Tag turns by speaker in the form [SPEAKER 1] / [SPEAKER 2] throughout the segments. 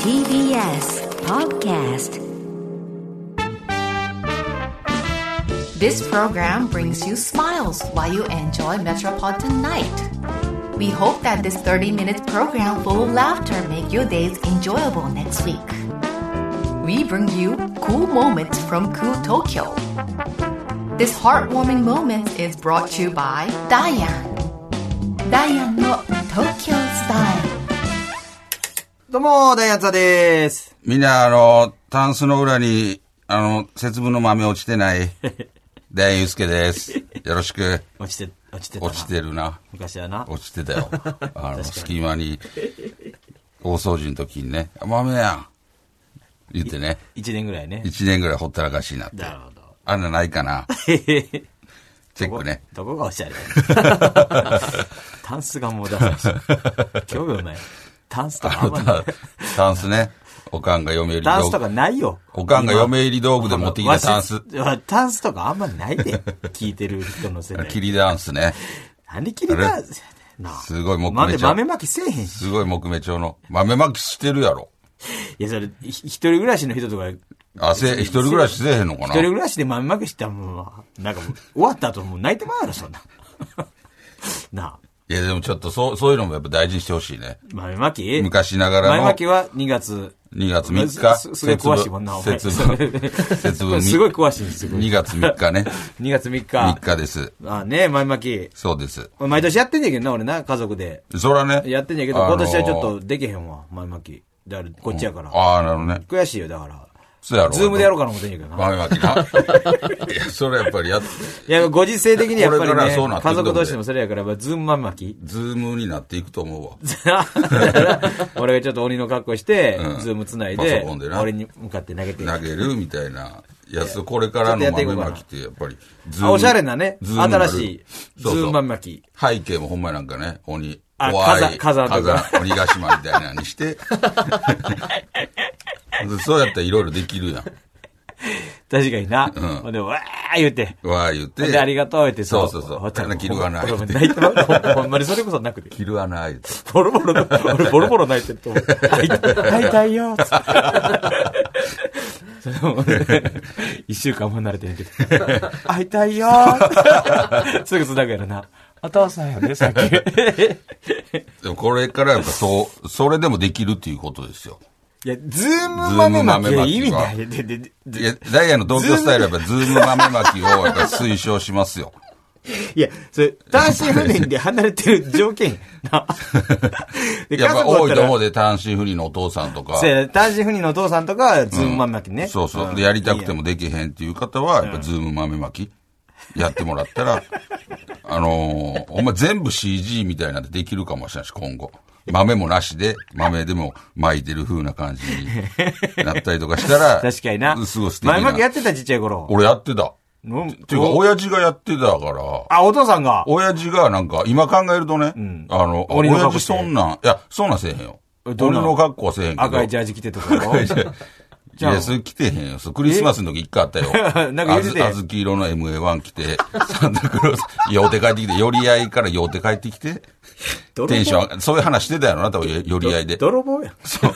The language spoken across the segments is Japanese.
[SPEAKER 1] TBS Podcast.
[SPEAKER 2] This program brings you smiles while you enjoy Metropolitan Night. We hope that this 30-minute program full of laughter make your days enjoyable next week. We bring you cool moments from cool Tokyo. This heartwarming moment is brought to you by Diane. Diane の Tokyo Style.
[SPEAKER 3] どうも、ダイアンツァです。
[SPEAKER 4] みんな、あの、タンスの裏に、あの、節分の豆落ち てない、大祐介です。よろしく。
[SPEAKER 5] 落ちて、落ちてたな
[SPEAKER 4] 落ちてるな。
[SPEAKER 5] 昔はな。
[SPEAKER 4] 落ちてた よ。あの、隙間に、大掃除の時にね、あ豆やん。言ってね、
[SPEAKER 5] 一年ぐらいね。
[SPEAKER 4] 一年ぐらいほったらかしになって。
[SPEAKER 5] なるほど。
[SPEAKER 4] あんなない かな。チェックね。
[SPEAKER 5] どこどこがおしゃれ タンスがもう出さし。興味もない。タンスとか
[SPEAKER 4] あ
[SPEAKER 5] あん
[SPEAKER 4] の
[SPEAKER 5] ま
[SPEAKER 4] タ
[SPEAKER 5] な
[SPEAKER 4] ン
[SPEAKER 5] い。
[SPEAKER 4] タンスね。おかんが嫁入り
[SPEAKER 5] タンス
[SPEAKER 4] 道
[SPEAKER 5] とか
[SPEAKER 4] 具。
[SPEAKER 5] ないよ。
[SPEAKER 4] おかんが嫁入り道具で持ってきたタンス
[SPEAKER 5] わ。しわタンスとかあんまないで。聞いてる人の世代。
[SPEAKER 4] 切りダンスね。
[SPEAKER 5] 何切り
[SPEAKER 4] あ
[SPEAKER 5] だ
[SPEAKER 4] れ
[SPEAKER 5] なあ
[SPEAKER 4] すごい木
[SPEAKER 5] なん
[SPEAKER 4] 目
[SPEAKER 5] で
[SPEAKER 4] ちゃん
[SPEAKER 5] 豆まきせえへんし。
[SPEAKER 4] すごい木目調の。豆まきしてるやろ。
[SPEAKER 5] いや、それ、ひ一人暮らしの人とか、
[SPEAKER 4] あ、せ、一人暮らしせえへんのか
[SPEAKER 5] 一
[SPEAKER 4] な
[SPEAKER 5] 人暮らしで豆まきしたらもう、なんかもう、終わった後もう泣いてまうやろ、そん な。なあ。
[SPEAKER 4] いや、でもちょっとそう、そういうのもやっぱ大事にしてほしいね。
[SPEAKER 5] 豆まき
[SPEAKER 4] 昔ながら
[SPEAKER 5] 前
[SPEAKER 4] の
[SPEAKER 5] 巻きは2月。
[SPEAKER 4] 2月3日。
[SPEAKER 5] すすごい詳しいもんな、お前。
[SPEAKER 4] 節分。 節分
[SPEAKER 5] すごい詳しいんですよ。
[SPEAKER 4] 2月3 日ね。
[SPEAKER 5] 2月3日。
[SPEAKER 4] 3日です。
[SPEAKER 5] あ、ね前巻き。
[SPEAKER 4] そうです。
[SPEAKER 5] 毎年やってんねんけどな、俺な、家族で。
[SPEAKER 4] そらね。
[SPEAKER 5] やってんねんけど、
[SPEAKER 4] あの
[SPEAKER 5] 今年はちょっとできへんわ、前巻き。だから、こっちやから。
[SPEAKER 4] ああ、なるほどね。
[SPEAKER 5] 悔しいよ、だから。
[SPEAKER 4] そうやろ。
[SPEAKER 5] ズームでやろうかな思ってんねんけどな。
[SPEAKER 4] 豆まきな。 いや、それやっぱりやっ、
[SPEAKER 5] いや、ご時世的にやっぱり
[SPEAKER 4] これから
[SPEAKER 5] ね、
[SPEAKER 4] そうなってく
[SPEAKER 5] 家
[SPEAKER 4] ると思
[SPEAKER 5] 族
[SPEAKER 4] うで
[SPEAKER 5] 同士でもそれやから、やっぱズーム豆まき。
[SPEAKER 4] ズームになっていくと思うわ。
[SPEAKER 5] 俺がちょっと鬼の格好して
[SPEAKER 4] う、ん
[SPEAKER 5] ズーム繋い
[SPEAKER 4] パ
[SPEAKER 5] で
[SPEAKER 4] ソコンで、な
[SPEAKER 5] 俺に向かって投げて。
[SPEAKER 4] 投げるみたいな。やつ、これからの豆まきってやっぱり、ズ
[SPEAKER 5] あおしゃれなね、
[SPEAKER 4] ズームある
[SPEAKER 5] 新しい、ズーム豆まき。
[SPEAKER 4] 背景もほんまなんかね、鬼、
[SPEAKER 5] あ
[SPEAKER 4] 怖い、
[SPEAKER 5] 風風とか
[SPEAKER 4] 風鬼ヶ島みたいなの にして、そうやったらいろいろできるやん。
[SPEAKER 5] 確かにな。
[SPEAKER 4] ん
[SPEAKER 5] ほんで、わー言って。
[SPEAKER 4] わあ言って。
[SPEAKER 5] で、ありがとう言って
[SPEAKER 4] そうそうそう。
[SPEAKER 5] ほんま
[SPEAKER 4] 切る穴
[SPEAKER 5] ほん
[SPEAKER 4] 開い
[SPEAKER 5] ま
[SPEAKER 4] て。
[SPEAKER 5] 泣いてまうほんまにそれこそ泣くで。
[SPEAKER 4] 切る穴開いて。
[SPEAKER 5] ボロボロの、俺ボロボロ泣いてると 思う。泣い泣いたいよ、つ って。それもね一週間も離れてんけど。 会いたいよーすぐ繋ぐやろな。お父さんやね、さっき。
[SPEAKER 4] でもこれからやっぱそう、それでもできるっていうことですよ。
[SPEAKER 5] いや、ズーム豆まき
[SPEAKER 4] ズーム豆まき
[SPEAKER 5] は
[SPEAKER 4] は
[SPEAKER 5] 意味ない。ででで
[SPEAKER 4] いや、ダイヤの東京スタイルはやっぱズーム豆まきをやっぱ推奨します よ。
[SPEAKER 5] いや、それ、単身赴任で離れてる条件やな。で
[SPEAKER 4] やっぱ多いと思う
[SPEAKER 5] で。
[SPEAKER 4] で、単身赴任のお父さんとか。
[SPEAKER 5] そうや単身赴任のお父さんとか、ズーム豆まきね。
[SPEAKER 4] そうそう。で、やりたくてもできへんっていう方は、やっぱズーム豆まきやってもらったら、 あのー、ほんま全部 CG みたいなんでできるかもしれないし、今後。豆もなしで、豆でも巻いてる風な感じになったりとかしたら、
[SPEAKER 5] 確かにな。
[SPEAKER 4] すごい素敵な
[SPEAKER 5] 前巻きやってたちっちゃい頃。
[SPEAKER 4] 俺やってた。
[SPEAKER 5] の
[SPEAKER 4] っていうか、
[SPEAKER 5] お
[SPEAKER 4] 親父がやってたから、
[SPEAKER 5] あ、お父さんが。
[SPEAKER 4] 親父がなんか、今考えるとね、あの、あ
[SPEAKER 5] 鬼の
[SPEAKER 4] 親
[SPEAKER 5] 格好
[SPEAKER 4] 父
[SPEAKER 5] して
[SPEAKER 4] そんなん、いや、そんなんせえへんよ。
[SPEAKER 5] え
[SPEAKER 4] 俺
[SPEAKER 5] どんなん
[SPEAKER 4] の格好はせえへんけど。
[SPEAKER 5] 赤いジャージ着てとかやろ。
[SPEAKER 4] い
[SPEAKER 5] じゃあ。
[SPEAKER 4] や、それ来てへんよ。そうクリスマスの時一回あったよ
[SPEAKER 5] なんか言うてたよ
[SPEAKER 4] あず、あずき色の MA1 来て、 サンタクロース、寄って帰ってきて、寄り合いから寄って帰ってきて、
[SPEAKER 5] 泥棒
[SPEAKER 4] テンション上が、そういう話してたよな、多分よ寄り合いで。
[SPEAKER 5] 泥棒やん。そう。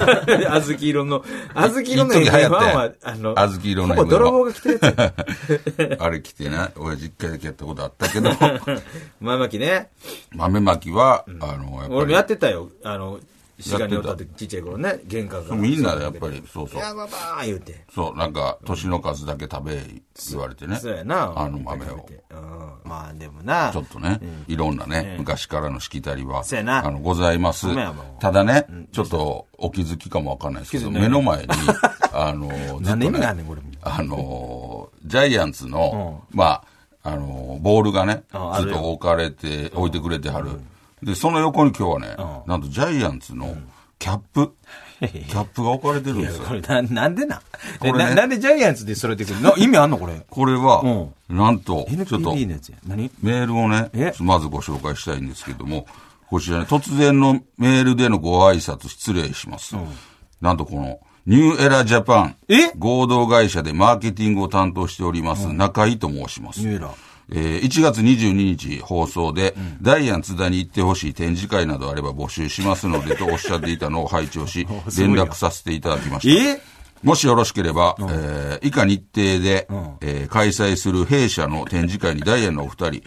[SPEAKER 5] あずき色の、あずき色の
[SPEAKER 4] 一時流行った
[SPEAKER 5] M1
[SPEAKER 4] やん
[SPEAKER 5] は、あの、
[SPEAKER 4] 小豆色の
[SPEAKER 5] ほぼ泥
[SPEAKER 4] M1
[SPEAKER 5] 棒が着てるやつやん。
[SPEAKER 4] あれ来てな、親父一回だけやったことあったけど、
[SPEAKER 5] 前巻きね。
[SPEAKER 4] 豆まきは、あの、やっぱ
[SPEAKER 5] 俺も
[SPEAKER 4] り、
[SPEAKER 5] やってたよ。あの、滋賀におった時ちっちゃい頃ね、玄関が。
[SPEAKER 4] みんなでやっぱり、そうそう。
[SPEAKER 5] やばばー言うて。
[SPEAKER 4] そう、なんか、年の数だけ食べ、言われてね。
[SPEAKER 5] そうやな。
[SPEAKER 4] あの豆を。
[SPEAKER 5] うん。まあでもな。
[SPEAKER 4] ちょっとね、いろんなね、昔からのしきたりは、
[SPEAKER 5] そうやな
[SPEAKER 4] あの、ございます
[SPEAKER 5] ほんまやも。う
[SPEAKER 4] ただね、ちょっとお気づきかもわかんないですけど、目の 前に、あの、ずっと
[SPEAKER 5] 何
[SPEAKER 4] ね
[SPEAKER 5] 意味があんねん、こ れ。
[SPEAKER 4] あの、ジャイアンツの、まあ、あの、ボールがね、
[SPEAKER 5] ああ
[SPEAKER 4] ず
[SPEAKER 5] る
[SPEAKER 4] っ
[SPEAKER 5] よ
[SPEAKER 4] と置かれて、置いてくれてはる。で、その横に今日はね、なんとジャイアンツのキャップ、キャップが置かれてるんですよ。
[SPEAKER 5] これな、なんでな
[SPEAKER 4] これね
[SPEAKER 5] ななんでジャイアンツでそれってくるの意味あんのこれ。
[SPEAKER 4] これは、なんと、ちょっと、
[SPEAKER 5] NPB のやつや。何
[SPEAKER 4] メールを
[SPEAKER 5] え
[SPEAKER 4] ね、まずご紹介したいんですけども、こちらね、突然のメールでのご挨拶失礼します。なんとこの、ニューエラジャパン
[SPEAKER 5] え、
[SPEAKER 4] 合同会社でマーケティングを担当しております、中井と申します
[SPEAKER 5] ニューエラ。
[SPEAKER 4] えー1月22日放送で、ダイアン津田に行ってほしい展示会などあれば募集しますのでとおっしゃっていたのを拝聴 し、
[SPEAKER 5] すご
[SPEAKER 4] 連
[SPEAKER 5] いな
[SPEAKER 4] 絡させていただきました。
[SPEAKER 5] え
[SPEAKER 4] もしよろしければ、えー以下日程で、
[SPEAKER 5] ん
[SPEAKER 4] えー開催する弊社の展示会にダイアンのお二 人、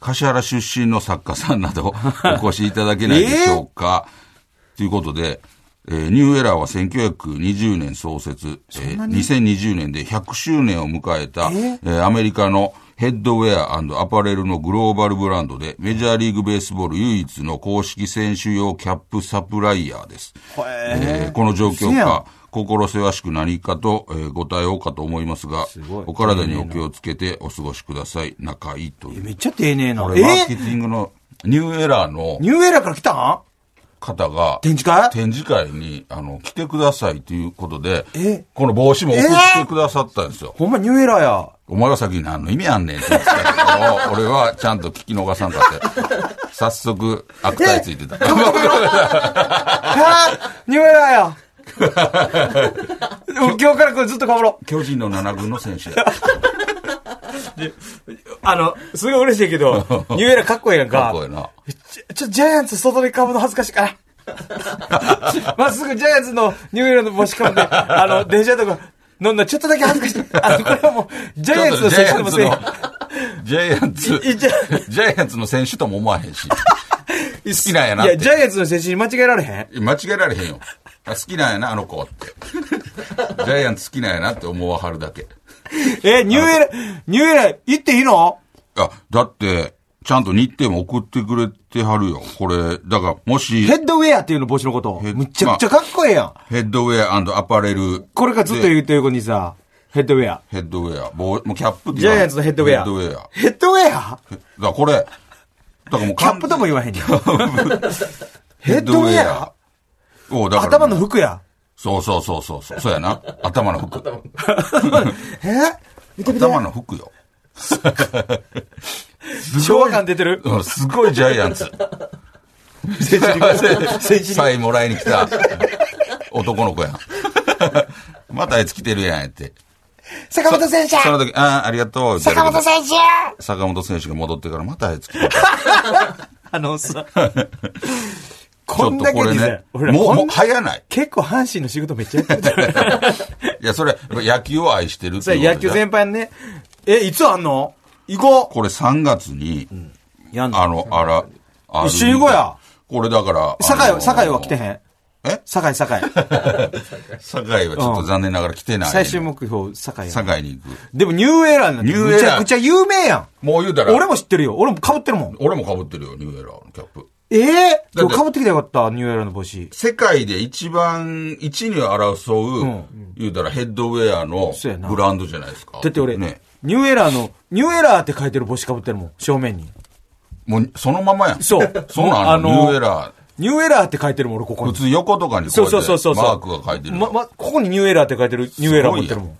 [SPEAKER 4] 橿原出身の作家さんな どお越しいただけないでしょうか。ということで、えーニューエラーは1920年創設、えー2020年で100周年を迎えた、えーアメリカのヘッドウェアアパレルのグローバルブランドで、メジャーリーグベースボール唯一の公式選手用キャップサプライヤーです。えーこの状況
[SPEAKER 5] せや
[SPEAKER 4] 下
[SPEAKER 5] ん、
[SPEAKER 4] 心せわしく何かと、えーご対応かと思いますが
[SPEAKER 5] ごい
[SPEAKER 4] お体にお気をつけてお過ごしください。仲いいという。
[SPEAKER 5] めっちゃ丁寧な。
[SPEAKER 4] これ、マーケ
[SPEAKER 5] え
[SPEAKER 4] ティングのニューエラーの
[SPEAKER 5] ニューエラーから来たん
[SPEAKER 4] 方が、
[SPEAKER 5] 展示会
[SPEAKER 4] 展示会に、あの、来てくださいということで
[SPEAKER 5] え、
[SPEAKER 4] この帽子も送ってくださったんですよ。
[SPEAKER 5] ほんまニューエ ラーや。
[SPEAKER 4] お前が先に何の意味あんねんって言ってたけど、俺はちゃんと聞き逃さんかって、早速、悪態ついてた。
[SPEAKER 5] あニューエラーや。今日からこれずっと被ろう。
[SPEAKER 4] 巨人の7軍の選手や。
[SPEAKER 5] あの、すごい嬉しいけ ど、ニューエラーかっこいいやんか。
[SPEAKER 4] かっこいいな。
[SPEAKER 5] ちょ、ちょ、ジャイアンツ外で被るの恥ずかしいから。 まっすぐジャイアンツのニューイヤーの帽子かぶって、あの、電車とか飲んだらちょっとだけ恥ずかしい。あの、これはもう、ジャイアンツの選手でもせいや。
[SPEAKER 4] ジャイアンツの、
[SPEAKER 5] いい
[SPEAKER 4] ジ
[SPEAKER 5] じゃん
[SPEAKER 4] ャイアンツ、ジャイアンツの選手とも思わへんし、好きなんやないっ
[SPEAKER 5] や、
[SPEAKER 4] て
[SPEAKER 5] ジャイアンツの選手に間違えられへん
[SPEAKER 4] 間違えられへんよ。あ好きなんやな、あの子って。ジャイアンツ好きなんやなって思わはるだけ。
[SPEAKER 5] え、ニューイヤー、ニューイヤー行っていいの
[SPEAKER 4] あ、だって、ちゃんと日程も送ってくれてはるよ。これ、だから、もし
[SPEAKER 5] ヘ、ッドウェアっていうの帽子のこと。
[SPEAKER 4] ッ
[SPEAKER 5] むちゃくちゃかっこええやん。
[SPEAKER 4] ヘッドウェアアパレル。
[SPEAKER 5] これからずっと
[SPEAKER 4] で
[SPEAKER 5] 言うと横にさ、ヘッドウェア。
[SPEAKER 4] ヘッドウェア。もう、もうキャップって
[SPEAKER 5] ジ
[SPEAKER 4] 言わ
[SPEAKER 5] ャイ
[SPEAKER 4] ない
[SPEAKER 5] アンツのヘッドウェア。
[SPEAKER 4] ヘッドウェア。だか
[SPEAKER 5] ヘッドウェア
[SPEAKER 4] らこれ、だからもう完全、
[SPEAKER 5] キャップとも言わへん やん。ヘッドウェア
[SPEAKER 4] おうだから
[SPEAKER 5] 頭の服 や。
[SPEAKER 4] そうそうそうそうそう。そうやな。頭の服。
[SPEAKER 5] え見てみて。
[SPEAKER 4] 頭の服よ。
[SPEAKER 5] 昭 和感出てる
[SPEAKER 4] うんすごいジャイアンツ。
[SPEAKER 5] 選手に
[SPEAKER 4] サインもらいに来た男の子やん。またあいつ来てるやんって。
[SPEAKER 5] 坂本選手
[SPEAKER 4] その時、ああ、ありがとう。
[SPEAKER 1] 坂本選手
[SPEAKER 4] 坂本選手が戻ってからまたあいつ来てる。
[SPEAKER 5] あのさ、
[SPEAKER 4] ち
[SPEAKER 5] こ
[SPEAKER 4] ょ
[SPEAKER 5] ん
[SPEAKER 4] っと
[SPEAKER 5] だけ
[SPEAKER 4] これ
[SPEAKER 5] で
[SPEAKER 4] ね
[SPEAKER 5] ね、、俺ら
[SPEAKER 4] もう、も
[SPEAKER 5] こ
[SPEAKER 4] うん早ない。
[SPEAKER 5] 結構阪神の仕事めっちゃやって る。
[SPEAKER 4] いや、それ、野球を愛してるって
[SPEAKER 5] そ
[SPEAKER 4] いう
[SPEAKER 5] れ
[SPEAKER 4] ことじゃん
[SPEAKER 5] 野球全般ね。え、いつあんの行こ
[SPEAKER 4] これ3月に、
[SPEAKER 5] う。やん
[SPEAKER 4] あ
[SPEAKER 5] の。
[SPEAKER 4] の、あら、ある
[SPEAKER 5] 一緒に行こうや。
[SPEAKER 4] これだから。
[SPEAKER 5] 酒
[SPEAKER 4] あの
[SPEAKER 5] 井、酒井は来てへん。
[SPEAKER 4] え
[SPEAKER 5] 酒井、酒 井。
[SPEAKER 4] 酒井はちょっと残念ながら来てない。
[SPEAKER 5] 最終目標、酒井や。
[SPEAKER 4] 酒井に行く。
[SPEAKER 5] でもニューエラーなんて
[SPEAKER 4] ニューエ
[SPEAKER 5] む
[SPEAKER 4] ラー
[SPEAKER 5] ちゃくちゃ有名やん。
[SPEAKER 4] もう言うたら。
[SPEAKER 5] 俺も知ってるよ。俺も被ってるもん。
[SPEAKER 4] 俺も被ってるよ、ニューエラーのキャップ。
[SPEAKER 5] ええ今日被ってきてよかった、ニューエラーの帽子。
[SPEAKER 4] 世界で一番、一に争う、
[SPEAKER 5] うん
[SPEAKER 4] 言うたらヘッドウェアの
[SPEAKER 5] そうやな
[SPEAKER 4] ブランドじゃないですか。
[SPEAKER 5] だって俺、
[SPEAKER 4] ね。
[SPEAKER 5] ニューエラーの、ニューエラーって書いてる帽子被ってるもん、正面に。
[SPEAKER 4] もう、そのままやん。
[SPEAKER 5] そう
[SPEAKER 4] そんなんあの、
[SPEAKER 5] あの
[SPEAKER 4] ニューエラ
[SPEAKER 5] ニューエラーって書いてるもん、俺ここ
[SPEAKER 4] ー。普
[SPEAKER 5] に。
[SPEAKER 4] 通横とかにこ
[SPEAKER 5] そううそうそうそう。
[SPEAKER 4] マークが書いてる。
[SPEAKER 5] ま、ま、ここにニューエラーって書いてる、ニューエラー持ってるもん。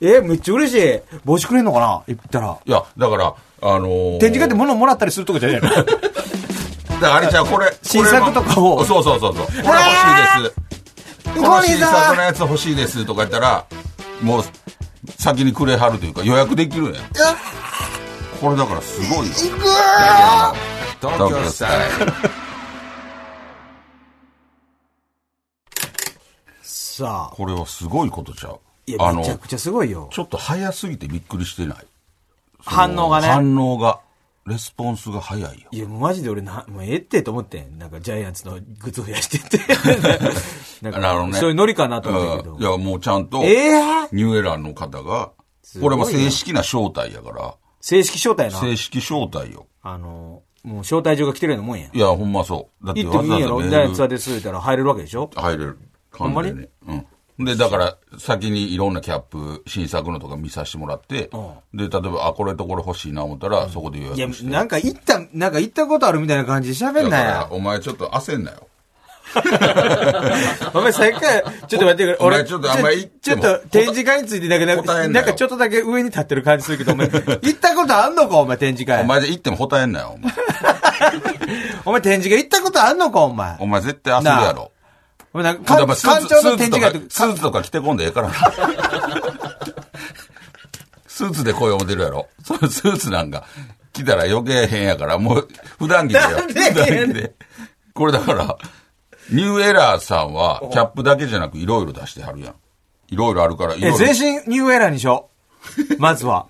[SPEAKER 5] えーめっちゃ嬉しい。帽子くれんのかな言ったら。
[SPEAKER 4] いや、だから、あのー、
[SPEAKER 5] 展示会で物もらったりするとこじゃねえ の
[SPEAKER 4] だからあれじゃうこれ、
[SPEAKER 5] 新作とかを
[SPEAKER 4] これもそうそうそうそう。これ欲しいです。この新作のやつ欲しいですとか言ったら、もう、先にくれはるというか予約できるんやん。これだからすごいよ。いく東京スタイル。
[SPEAKER 5] さあ。
[SPEAKER 4] これはすごいことちゃう。
[SPEAKER 5] いや、
[SPEAKER 4] あ
[SPEAKER 5] め
[SPEAKER 4] の
[SPEAKER 5] ち、ゃくちゃすごいよ。
[SPEAKER 4] ちょっと早すぎてびっくりしてない。
[SPEAKER 5] 反応がね。
[SPEAKER 4] 反応が、レスポンスが早いよ。
[SPEAKER 5] いや、もうマジで俺な、もうええってと思ってん。なんかジャイアンツのグッズ増やして って。なんか
[SPEAKER 4] なるほどね
[SPEAKER 5] そういうノリかなと思ったけ
[SPEAKER 4] うんい
[SPEAKER 5] ど。
[SPEAKER 4] や、もうちゃんと、
[SPEAKER 5] ええ
[SPEAKER 4] ニューエラーの方が、
[SPEAKER 5] ご
[SPEAKER 4] こ
[SPEAKER 5] い
[SPEAKER 4] れ
[SPEAKER 5] な
[SPEAKER 4] も正式な招待やから、
[SPEAKER 5] 正式招待な。
[SPEAKER 4] 正式招待よ。
[SPEAKER 5] あの、もう招待状が来てるようなもんや。
[SPEAKER 4] いや、ほんまそう。だって
[SPEAKER 5] 行っても
[SPEAKER 4] わ
[SPEAKER 5] い
[SPEAKER 4] ざ
[SPEAKER 5] いんや
[SPEAKER 4] わざ
[SPEAKER 5] ろ
[SPEAKER 4] メ
[SPEAKER 5] ジャイアンツは
[SPEAKER 4] ール
[SPEAKER 5] ですって言ったら入れるわけでしょ
[SPEAKER 4] 入れる。
[SPEAKER 5] ほんまに
[SPEAKER 4] 完全にうん。で、だから、先にいろんなキャップ、新作のとか見させてもらって、で、例えば、あ、これとこれ欲しいな思ったら、そこで予
[SPEAKER 5] いや
[SPEAKER 4] 約し、て。
[SPEAKER 5] なんか行った、なんか行ったことあるみたいな感じで喋んな
[SPEAKER 4] だか
[SPEAKER 5] や
[SPEAKER 4] ら、。お前ちょっと焦んなよ。
[SPEAKER 5] お前最下位、ちょっと待ってくれ。
[SPEAKER 4] お前
[SPEAKER 5] 俺、
[SPEAKER 4] ちょっとあんまり言って
[SPEAKER 5] ちょ
[SPEAKER 4] も
[SPEAKER 5] ちょっと展示会についてだけなん
[SPEAKER 4] 答え
[SPEAKER 5] か、
[SPEAKER 4] んな
[SPEAKER 5] な
[SPEAKER 4] よ
[SPEAKER 5] んかちょっとだけ上に立ってる感じするけど、お 前、行ったことあんのか、お前展示会。
[SPEAKER 4] お前で行っても答えんなよ、お前。
[SPEAKER 5] お前展示会行ったことあんのか、お前。
[SPEAKER 4] お前絶対焦るやろ。
[SPEAKER 5] お前なん
[SPEAKER 4] だ
[SPEAKER 5] か、
[SPEAKER 4] から
[SPEAKER 5] 館
[SPEAKER 4] スーツ
[SPEAKER 5] 長の展示会と
[SPEAKER 4] スーツとかスーツとか着てこんでええからな。スーツで声を持てるやろ。そのスーツなんか着たら余計変やから、もう普段着でよ。
[SPEAKER 5] なんでやねん
[SPEAKER 4] 普段着で。これだから、ニューエラーさんはキャップだけじゃなくいろいろ出してはるやん。いろいろあるから、いろ
[SPEAKER 5] え、
[SPEAKER 4] いろ。
[SPEAKER 5] 全身ニューエラーにしよう。まずは、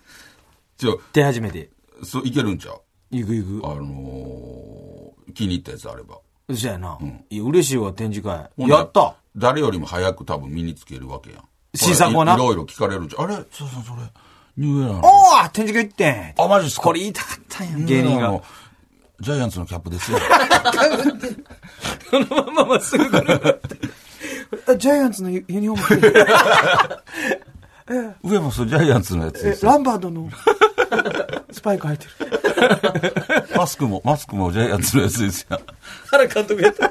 [SPEAKER 4] ちょ
[SPEAKER 5] 出始めて。
[SPEAKER 4] そういけるんちゃう
[SPEAKER 5] ゆくゆく
[SPEAKER 4] あ。のー、気に入ったやつあれば。
[SPEAKER 5] そうやな。いや、嬉しいわ、展示会。
[SPEAKER 4] ほんなら
[SPEAKER 5] やった
[SPEAKER 4] 誰よりも早く多分身につけるわけやん。
[SPEAKER 5] 新作をな
[SPEAKER 4] ほらいいろいろ聞かれるんちゃうあれそうそう、それ、ニューエラー
[SPEAKER 5] お
[SPEAKER 4] の。
[SPEAKER 5] ー展示会行ってん
[SPEAKER 4] あ、マジっすか
[SPEAKER 5] これ言いたかったんやん、芸人が。。
[SPEAKER 4] ジャイアンツのキャップで すよ。
[SPEAKER 5] そのまままっすぐ来る。あジャイアンツのユユニフォーム 着てる。
[SPEAKER 4] 上もそう、ジャイアンツのやつで
[SPEAKER 5] え
[SPEAKER 4] すよ。
[SPEAKER 5] ランバードのスパイク入ってる。
[SPEAKER 4] マスクも、マスクもジャイアンツのやつですよ。
[SPEAKER 5] 原監督やった。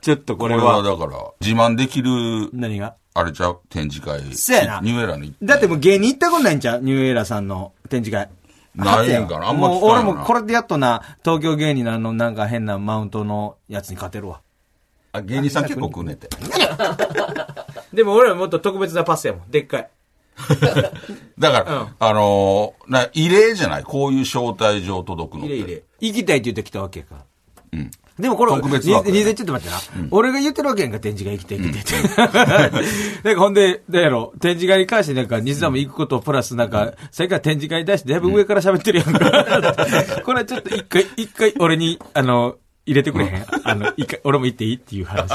[SPEAKER 5] ちょっとこ
[SPEAKER 4] これ
[SPEAKER 5] れ
[SPEAKER 4] は、
[SPEAKER 5] は、
[SPEAKER 4] だから、自慢できる、
[SPEAKER 5] 何が
[SPEAKER 4] あれちゃう展示会。
[SPEAKER 5] せやな
[SPEAKER 4] ニューエラーに行
[SPEAKER 5] だってもう芸人行ったことないんちゃうニューエラーさんの展示会。
[SPEAKER 4] ないんかなあんま聞か
[SPEAKER 5] もう
[SPEAKER 4] んよな
[SPEAKER 5] 俺もこれでやっとな、東京芸人のあのなんか変なマウントのやつに勝てるわ。
[SPEAKER 4] あ、芸人さん結構くねて。
[SPEAKER 5] でも俺はもっと特別なパスやもん。でっかい。
[SPEAKER 4] だから、あのーな、異例じゃないこういう招待状届くのって。
[SPEAKER 5] 行きたいって言ってきたわけやから。でもこれ、
[SPEAKER 4] 特別枠やね
[SPEAKER 5] リリーゼちょっと待ってな、俺が言ってるわけやんか、展示会行きたい行きたいって。 なんかほんで、どうやろう、展示会に関してなんか、西田も行くことをプラスなんか、それから展示会に対してだいぶ上から喋ってるやん か。これはちょっと一回、一回俺に、あの、入れてくれへん。あの、一回、俺も行っていいっていう話。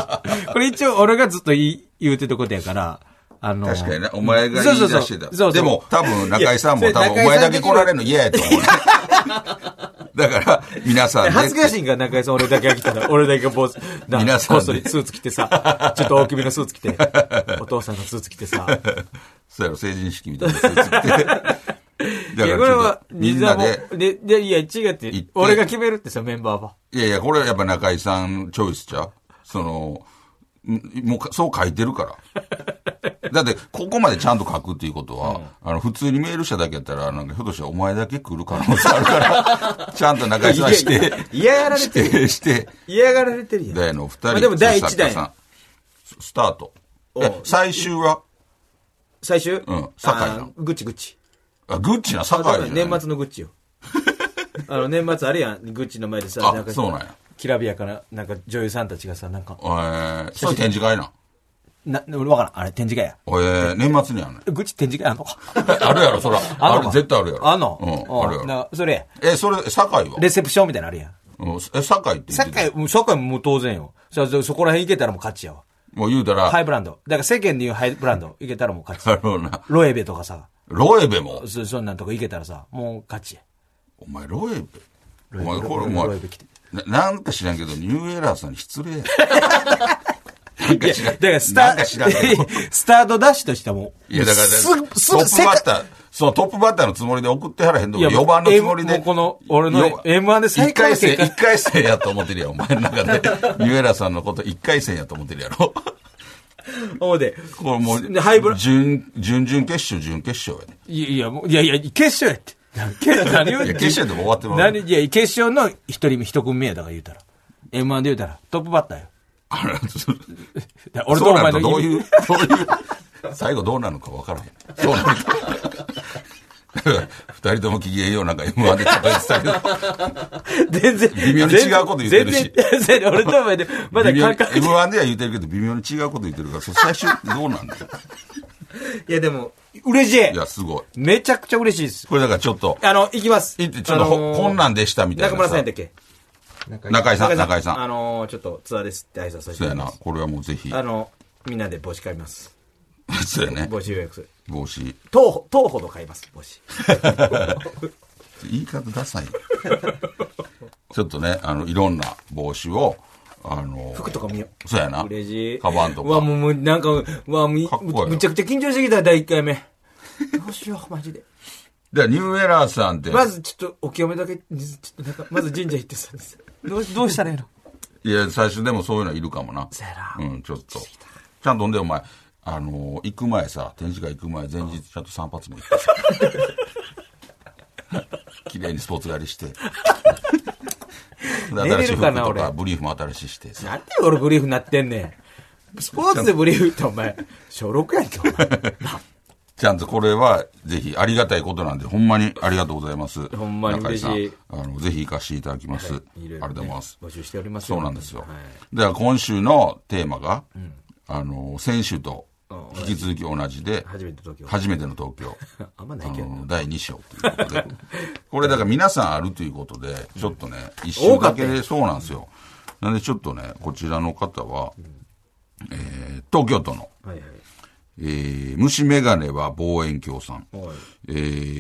[SPEAKER 5] これ一応俺がずっと言い言うてたことやから、あの、
[SPEAKER 4] 確かにね、お前が言い
[SPEAKER 5] そ
[SPEAKER 4] 出してた。
[SPEAKER 5] うそうそうそうそう
[SPEAKER 4] でも、多分、中井さん
[SPEAKER 5] い
[SPEAKER 4] も
[SPEAKER 5] や
[SPEAKER 4] 多分、お
[SPEAKER 5] 中井さん
[SPEAKER 4] 前だけ来られるの嫌やと思う ね、だから、皆さんで。
[SPEAKER 5] 恥ずかしいんか、中井さん俺だけが来た ら、俺だけが坊主、な
[SPEAKER 4] 皆さん
[SPEAKER 5] こ
[SPEAKER 4] で
[SPEAKER 5] っそりスーツ着てさ、ちょっと大きめのスーツ着て、お父さんのスーツ着てさ、
[SPEAKER 4] そうやろ、成人式みたいなやつ作って。だから
[SPEAKER 5] い
[SPEAKER 4] ち
[SPEAKER 5] や、これ
[SPEAKER 4] ょっ
[SPEAKER 5] は
[SPEAKER 4] と、み
[SPEAKER 5] 西
[SPEAKER 4] ん
[SPEAKER 5] 田
[SPEAKER 4] な
[SPEAKER 5] もで、
[SPEAKER 4] で、、
[SPEAKER 5] でいや、違って
[SPEAKER 4] 行って、
[SPEAKER 5] 俺が決めるってさ、メンバーは。
[SPEAKER 4] いやいや、これはやっぱ中井さんチョイスちゃうその、んもうか、そう書いて るから。だって、ここまでちゃんと書くっていうことは、あの、普通にメールしただけやったら、なんか、ひょっとしたらお前だけ来る可能性あ るから、ちゃんと中井さんし
[SPEAKER 5] いやい
[SPEAKER 4] て、
[SPEAKER 5] 嫌やられ
[SPEAKER 4] して
[SPEAKER 5] る。
[SPEAKER 4] て、して、
[SPEAKER 5] 嫌がられてるやん。
[SPEAKER 4] 大の二
[SPEAKER 5] まあ
[SPEAKER 4] 人。
[SPEAKER 5] でも第一
[SPEAKER 4] 作家
[SPEAKER 5] 弾
[SPEAKER 4] さんススタート。え、最終は
[SPEAKER 5] 最終
[SPEAKER 4] うん酒井な
[SPEAKER 5] あーグッチグッチ。
[SPEAKER 4] あ、グッチな、酒井じゃない
[SPEAKER 5] 年末のグッチ よ。あの、年末あれやん、グッチの前でさ、
[SPEAKER 4] あ
[SPEAKER 5] なんか
[SPEAKER 4] そうなんや
[SPEAKER 5] きらびやかな、なんか女優さんたちがさ、なんか、
[SPEAKER 4] えー、それ展示会な。
[SPEAKER 5] な、俺わからん。あれ、展示会や。
[SPEAKER 4] えー、年末にあるね。
[SPEAKER 5] グッチ展示会あんの
[SPEAKER 4] あるやろ、そ ら。あ
[SPEAKER 5] の
[SPEAKER 4] る、絶対あるやろ。
[SPEAKER 5] あんの
[SPEAKER 4] うん、あるやろ。
[SPEAKER 5] なそれ、
[SPEAKER 4] え、それ、酒井は
[SPEAKER 5] レセプションみたいなのあるやん。
[SPEAKER 4] うん、え、酒井って言ってた
[SPEAKER 5] 酒井、もう酒井も当然よ。そそそこら辺行けたらもう勝ちやわ。
[SPEAKER 4] もう言うたら、
[SPEAKER 5] ハイブランド。だから世間で言うハイブランド行けたらもう勝ち
[SPEAKER 4] あのな、
[SPEAKER 5] ロエベとかさ、
[SPEAKER 4] ロエベも。
[SPEAKER 5] そそんなんとか行けたらさ、もう勝ちや。
[SPEAKER 4] お前、ロエベ。お前、これ、お
[SPEAKER 5] ロ
[SPEAKER 4] 前
[SPEAKER 5] エベ来て、
[SPEAKER 4] ななんか知らんけど、ニューエラーさんに失礼や。なんか知らん。
[SPEAKER 5] だからスタ
[SPEAKER 4] なん
[SPEAKER 5] ー
[SPEAKER 4] か知らんけど。
[SPEAKER 5] スタートダッシュとしてはもう。
[SPEAKER 4] いや、だから、
[SPEAKER 5] す
[SPEAKER 4] トッ
[SPEAKER 5] す
[SPEAKER 4] プバッター、そのトップバッターのつもりで送ってはらへんと
[SPEAKER 5] い
[SPEAKER 4] こ、
[SPEAKER 5] や
[SPEAKER 4] 4番のつもりで。
[SPEAKER 5] M- もうこの俺の
[SPEAKER 4] よ
[SPEAKER 5] M1 で最下位
[SPEAKER 4] 一回戦、一回戦やと思ってるやん、お前の中で。ニューエラーさんのこと一回戦やと思ってるやろ。
[SPEAKER 5] 世界ほんで、
[SPEAKER 4] これもう、
[SPEAKER 5] でハイブラ
[SPEAKER 4] 準、準々決勝、準決勝やね。
[SPEAKER 5] いやいや、もういやいや、決勝やって。決勝何を
[SPEAKER 4] いや決勝でも終わってまう
[SPEAKER 5] 何いや、決勝の一人目、一組目やだから言うたら。M1 で言うたら、トップバッターよ。
[SPEAKER 4] あら、そ
[SPEAKER 5] だから俺と
[SPEAKER 4] 俺と
[SPEAKER 5] お
[SPEAKER 4] お前
[SPEAKER 5] 前の
[SPEAKER 4] とどう
[SPEAKER 5] 意
[SPEAKER 4] い
[SPEAKER 5] 味
[SPEAKER 4] う、どういう、最後どうなるのか分からへん。どうなるか。二人とも機嫌ようなんか M1 でとか言ってたけど、
[SPEAKER 5] 全然。
[SPEAKER 4] 微妙に違うこと言ってるし
[SPEAKER 5] 全然、全然俺とお前で、まだ
[SPEAKER 4] 微妙
[SPEAKER 5] 感
[SPEAKER 4] に
[SPEAKER 5] 覚
[SPEAKER 4] M1 では言うてるけど、微妙に違うこと言ってるから、それ最終どうなんだよ。
[SPEAKER 5] いやでも、嬉しい
[SPEAKER 4] いや、すごい。
[SPEAKER 5] めちゃくちゃ嬉しいです。
[SPEAKER 4] これだからちょっと、
[SPEAKER 5] あの、行きます。
[SPEAKER 4] いってちょっとほ、こんなんでしたみたいな。
[SPEAKER 5] 中村さんやったっけ
[SPEAKER 4] 中井さん、中井さ
[SPEAKER 5] あ
[SPEAKER 4] ん。
[SPEAKER 5] のー、ちょっとツアーですって挨拶させて
[SPEAKER 4] そ
[SPEAKER 5] もら
[SPEAKER 4] うや
[SPEAKER 5] い
[SPEAKER 4] な。
[SPEAKER 5] ます
[SPEAKER 4] これはもうぜひ。
[SPEAKER 5] あの、みんなで帽子買います。
[SPEAKER 4] そうやね。
[SPEAKER 5] 帽子予約する。
[SPEAKER 4] 帽子。
[SPEAKER 5] 当ほ、当ほど買います、帽子。
[SPEAKER 4] 言い方ダサい よ。ちょっとね、あの、いろんな帽子を、あの、
[SPEAKER 5] 服とか見よう。
[SPEAKER 4] そうやな。
[SPEAKER 5] 嬉しい。
[SPEAKER 4] カバンと
[SPEAKER 5] うわ、
[SPEAKER 4] か。
[SPEAKER 5] もうもう、なんか、うわ、む
[SPEAKER 4] かっこいいよ
[SPEAKER 5] むちゃくちゃ緊張してきた、第1回目。どうしよう、マジで。
[SPEAKER 4] で、ニューエラーさんって、
[SPEAKER 5] まず、ちょっと、お清めだけ、ちょっと、なんか、まず神社行ってさ、どう、どうしたらいいの
[SPEAKER 4] いや、最初でもそういうのいるかもな。
[SPEAKER 5] そうやな
[SPEAKER 4] うん、ちょっと。ちゃんとほんで、お前、あの、行く前さ、展示会行く前、前日ちゃんと散髪も行ってさ。 綺麗にスポーツ狩り して。で
[SPEAKER 5] 寝れ
[SPEAKER 4] 新しい
[SPEAKER 5] る
[SPEAKER 4] 服
[SPEAKER 5] かな
[SPEAKER 4] とか、
[SPEAKER 5] 俺
[SPEAKER 4] ブリーフも新しいしてさ。
[SPEAKER 5] なんで俺グリーフなってんねん。スポーツでブリーフってお前、小6やんけ、お前。
[SPEAKER 4] ちゃんとこれは、ぜひ、ありがたいことなんで、ほんまにありがとうございます。
[SPEAKER 5] ほんまに嬉しい
[SPEAKER 4] 中井さんあの、ぜひ行かせていただきます。
[SPEAKER 5] いろいろね
[SPEAKER 4] ありがとうございます。
[SPEAKER 5] 募集しておりますよ
[SPEAKER 4] そうなんですよ。
[SPEAKER 5] はい
[SPEAKER 4] では、今週のテーマが、あの、先週と引き続き同じで、
[SPEAKER 5] 初めて東京。
[SPEAKER 4] 初めての東 京。
[SPEAKER 5] あんまな
[SPEAKER 4] あ
[SPEAKER 5] いけどな。
[SPEAKER 4] の第2章ということで。これだから皆さんあるということで、ちょっとね、一週だけで、そうなんですよ。なんでちょっとね、こちらの方は、えー東京都の、
[SPEAKER 5] はいはい。
[SPEAKER 4] えー虫眼鏡は望遠鏡さん。
[SPEAKER 5] はい
[SPEAKER 4] えー